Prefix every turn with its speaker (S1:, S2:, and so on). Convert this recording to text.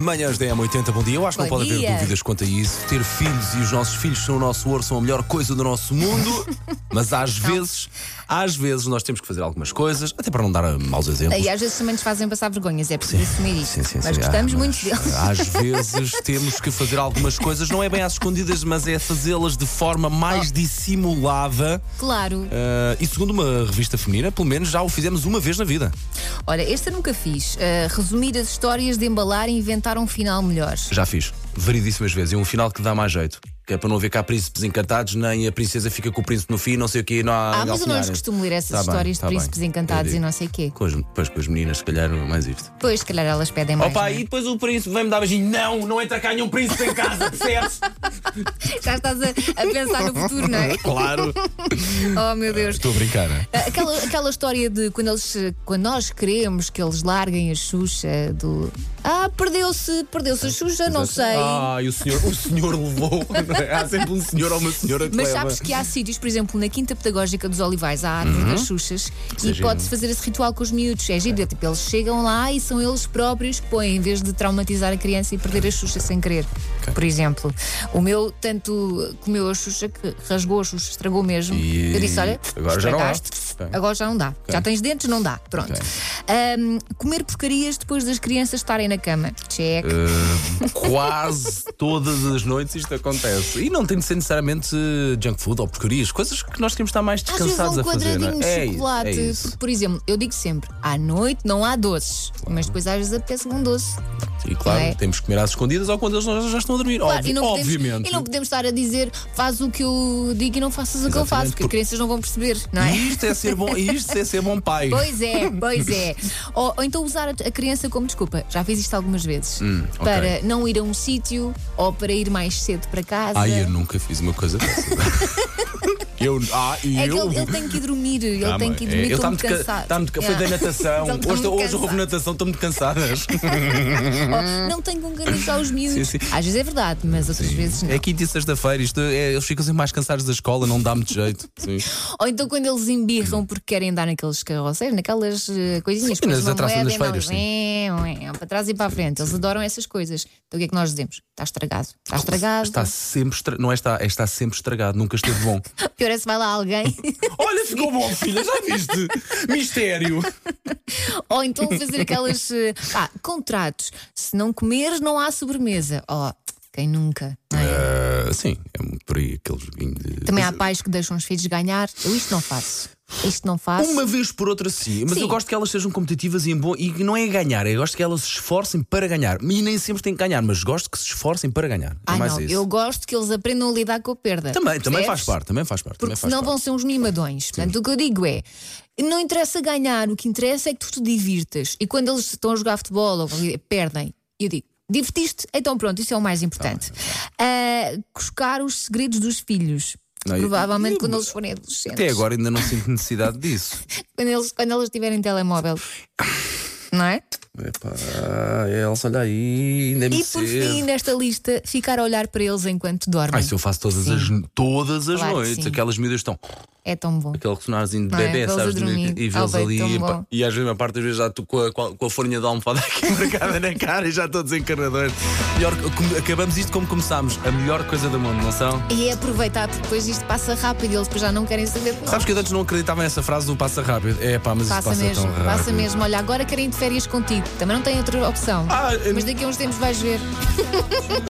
S1: Manhãs da M80, bom dia. Eu acho que não
S2: Bom
S1: pode haver
S2: dia.
S1: dúvidas quanto a isso. Ter filhos e os nossos filhos são o nosso ouro, são a melhor coisa do nosso mundo. Mas às vezes, às vezes nós temos que fazer algumas coisas, até para não dar ah, maus exemplos.
S2: E às vezes também nos fazem passar vergonhas, é preciso assumir isto.
S1: Sim, sim,
S2: mas
S1: sim.
S2: gostamos
S1: Ah,
S2: muito
S1: mas,
S2: deles.
S1: Às vezes temos que fazer algumas coisas, não é bem às escondidas, mas é fazê-las de forma
S2: Ah.
S1: mais dissimulada.
S2: Claro.
S1: Ah, e segundo uma revista feminina, pelo menos já o fizemos uma vez na vida.
S2: Olha, esta nunca fiz. Ah, resumir as histórias de embalar e inventar um final melhor.
S1: Já fiz, variedíssimas vezes. E um final que dá mais jeito. Que é para não haver cá príncipes encantados, nem a princesa fica com o príncipe no fim, não sei o quê. Não há
S2: Ah, mas eu não lhes
S1: alfinhares.
S2: costumo ler essas
S1: Tá bem,
S2: histórias
S1: tá
S2: de
S1: bem.
S2: príncipes encantados
S1: Eu
S2: e
S1: digo.
S2: não sei o quê.
S1: Com as, depois com as meninas, se calhar, mais isto.
S2: Pois, se calhar elas pedem mais.
S1: Opa,
S2: não é?
S1: e depois o príncipe vem-me dar beijinho. Não, não entra cá nenhum príncipe em casa, percebes?
S2: Já estás a, a pensar no futuro, não é?
S1: claro.
S2: Oh, meu Deus.
S1: Estou a brincar. né?
S2: Ah, Aquela, aquela história de quando, eles, eh, quando nós queremos que eles larguem a Xuxa do. Ah, perdeu-se, perdeu-se a Xuxa, não sei.
S1: Ah, e o senhor, o senhor levou. não é? Há sempre um senhor ou uma senhora que
S2: Mas
S1: leva.
S2: sabes que há sítios, por exemplo, na Quinta Pedagógica dos Olivais, há a árvore das Xuxas,
S1: é
S2: e
S1: giro.
S2: pode-se fazer esse ritual com os miúdos. É giro, tipo, eles chegam lá e são eles próprios que põem, em vez de traumatizar a criança e perder a Xuxa sem querer. Por exemplo, o meu tanto comeu a Xuxa que rasgou a Xuxa, estragou mesmo.
S1: E
S2: Eu disse: olha,
S1: agora já não há.
S2: estragaste,
S1: Ok.
S2: agora já não dá. Já tens dentes, não dá. Pronto.
S1: Ok.
S2: Ahm, comer porcarias depois das crianças estarem na cama. é Check.
S1: Uh, quase todas as noites isto acontece. E não tem de ser necessariamente uh, junk food ou porcarias, coisas que nós temos de estar mais
S2: Às vezes há
S1: descansados
S2: um
S1: a fazer.
S2: quadradinho
S1: não
S2: de
S1: é? É isso,
S2: chocolate.
S1: é isso.
S2: porque, por exemplo, eu digo sempre: à noite não há doces, mas depois às vezes apetece um doce.
S1: E claro,
S2: Não é?
S1: temos que comer às escondidas ou quando eles já, já estão a dormir.
S2: Claro,
S1: Obvi-
S2: e não podemos-
S1: obviamente.
S2: e não podemos estar a dizer: faz o que eu digo e não faças o que eu
S1: Exatamente,
S2: faço, porque as
S1: porque-
S2: crianças não vão perceber, não é?
S1: E isto é ser bom, e isto é ser bom pai.
S2: Pois é, pois é. Ou, ou então usar a, a criança como desculpa. Já fiz isto algumas vezes.
S1: Hum, ok.
S2: Para não ir a um sítio ou para ir mais cedo para casa. É
S1: Ai, eu nunca fiz uma coisa dessa. eu, ah, e
S2: É que
S1: eu.
S2: ele, ele tem que ir dormir, ele
S1: Ah,
S2: tem
S1: mãe,
S2: que ir
S1: é,
S2: dormir,
S1: ele
S2: estou
S1: está
S2: muito
S1: muito ca-
S2: cansado. É.
S1: está muito ca- Foi
S2: Yeah.
S1: da natação.
S2: Ele está
S1: hoje
S2: muito
S1: hoje houve
S2: cansado.
S1: natação, estou muito cansadas.
S2: Oh, não tenho com quem deixar os miúdos.
S1: Sim, sim.
S2: Às vezes é verdade, mas outras vezes não.
S1: É quinta e sexta-feira, isto é- eles ficam sempre mais cansados da escola, não dá muito jeito. Sim.
S2: Ou então quando eles embirram porque querem andar naqueles carroceiros, naquelas eh, coisinhas
S1: Uhum. Sim, nas
S2: pões uma
S1: atrações das
S2: moeda e
S1: feiras,
S2: andam, "Ué, ué", é, para trás e para a frente. Eles adoram essas coisas. Então o que é que nós dizemos? Está estragado. Está estragado.
S1: Está sempre estragado. Não é está, é está sempre estragado, nunca esteve bom.
S2: Pior é se vai lá alguém.
S1: Olha, ficou bom, filha, já viste? Mistério.
S2: Ou então fazer aquelas. eh, ah, contratos. Se não comeres, não há sobremesa. Ó, quem nunca? não é?
S1: sim, é um- por aí aquele joguinho de.
S2: Também há pais que deixam os filhos ganhar. Eu isto não faço. Isto não faço.
S1: Uma vez por outra, sim, mas
S2: Sim.
S1: eu gosto que elas sejam competitivas e, em bom, e que não é ganhar, eu gosto que elas se esforcem para ganhar. E nem sempre têm que ganhar, mas gosto que se esforcem para ganhar. É
S2: Ah,
S1: mais
S2: não,
S1: isso.
S2: eu gosto que eles aprendam a lidar com a perda.
S1: Também, também faz
S2: Percebes?
S1: parte, também faz parte.
S2: Porque
S1: também faz
S2: senão
S1: parte.
S2: vão ser uns mimadões. Portanto, o que eu digo é: não interessa ganhar, o que interessa é que tu te divirtas. E quando eles estão a jogar futebol ou perdem, eu digo: divertiste? Então pronto, isso é o mais
S1: Tá
S2: importante. Ah, cuscar os segredos dos filhos.
S1: Não, eu-
S2: Provavelmente quando eles forem adolescentes.
S1: Até agora ainda não sinto necessidade disso.
S2: Quando, eles, quando elas tiverem telemóvel.
S1: Ah,
S2: Não é?
S1: Epá, Elsa, olha aí, ainda é
S2: E
S1: muito
S2: por
S1: cedo.
S2: fim, nesta lista, ficar a olhar para eles enquanto dormem.
S1: Ah, isso eu faço todas as, todas as
S2: Claro que
S1: noites.
S2: sim.
S1: Aquelas miúdas estão.
S2: É tão bom.
S1: Aquele sonarzinho de
S2: Não é?
S1: bebê,
S2: Vê-los a
S1: sabes? de-
S2: dormir.
S1: E
S2: Ah,
S1: vê-los
S2: bem,
S1: ali.
S2: tão
S1: E, pá,
S2: bom.
S1: e às vezes, a parte das vezes, já estou com a, com a- com a folhinha de almofada aqui marcada na cara e já estou desencarnador. Melhor, como- acabamos isto como começámos. A melhor coisa do mundo, não são?
S2: E é aproveitar, porque depois isto passa rápido e eles depois já não querem saber de nós.
S1: Sabes que eu antes não acreditava nessa frase do passa rápido. É pá, mas isso
S2: Passa,
S1: passa
S2: mesmo,
S1: tão rápido.
S2: passa mesmo. Olha, agora querem ir de férias contigo. Também não tem outra opção.
S1: Ah, eu-
S2: Mas daqui a uns tempos vais ver.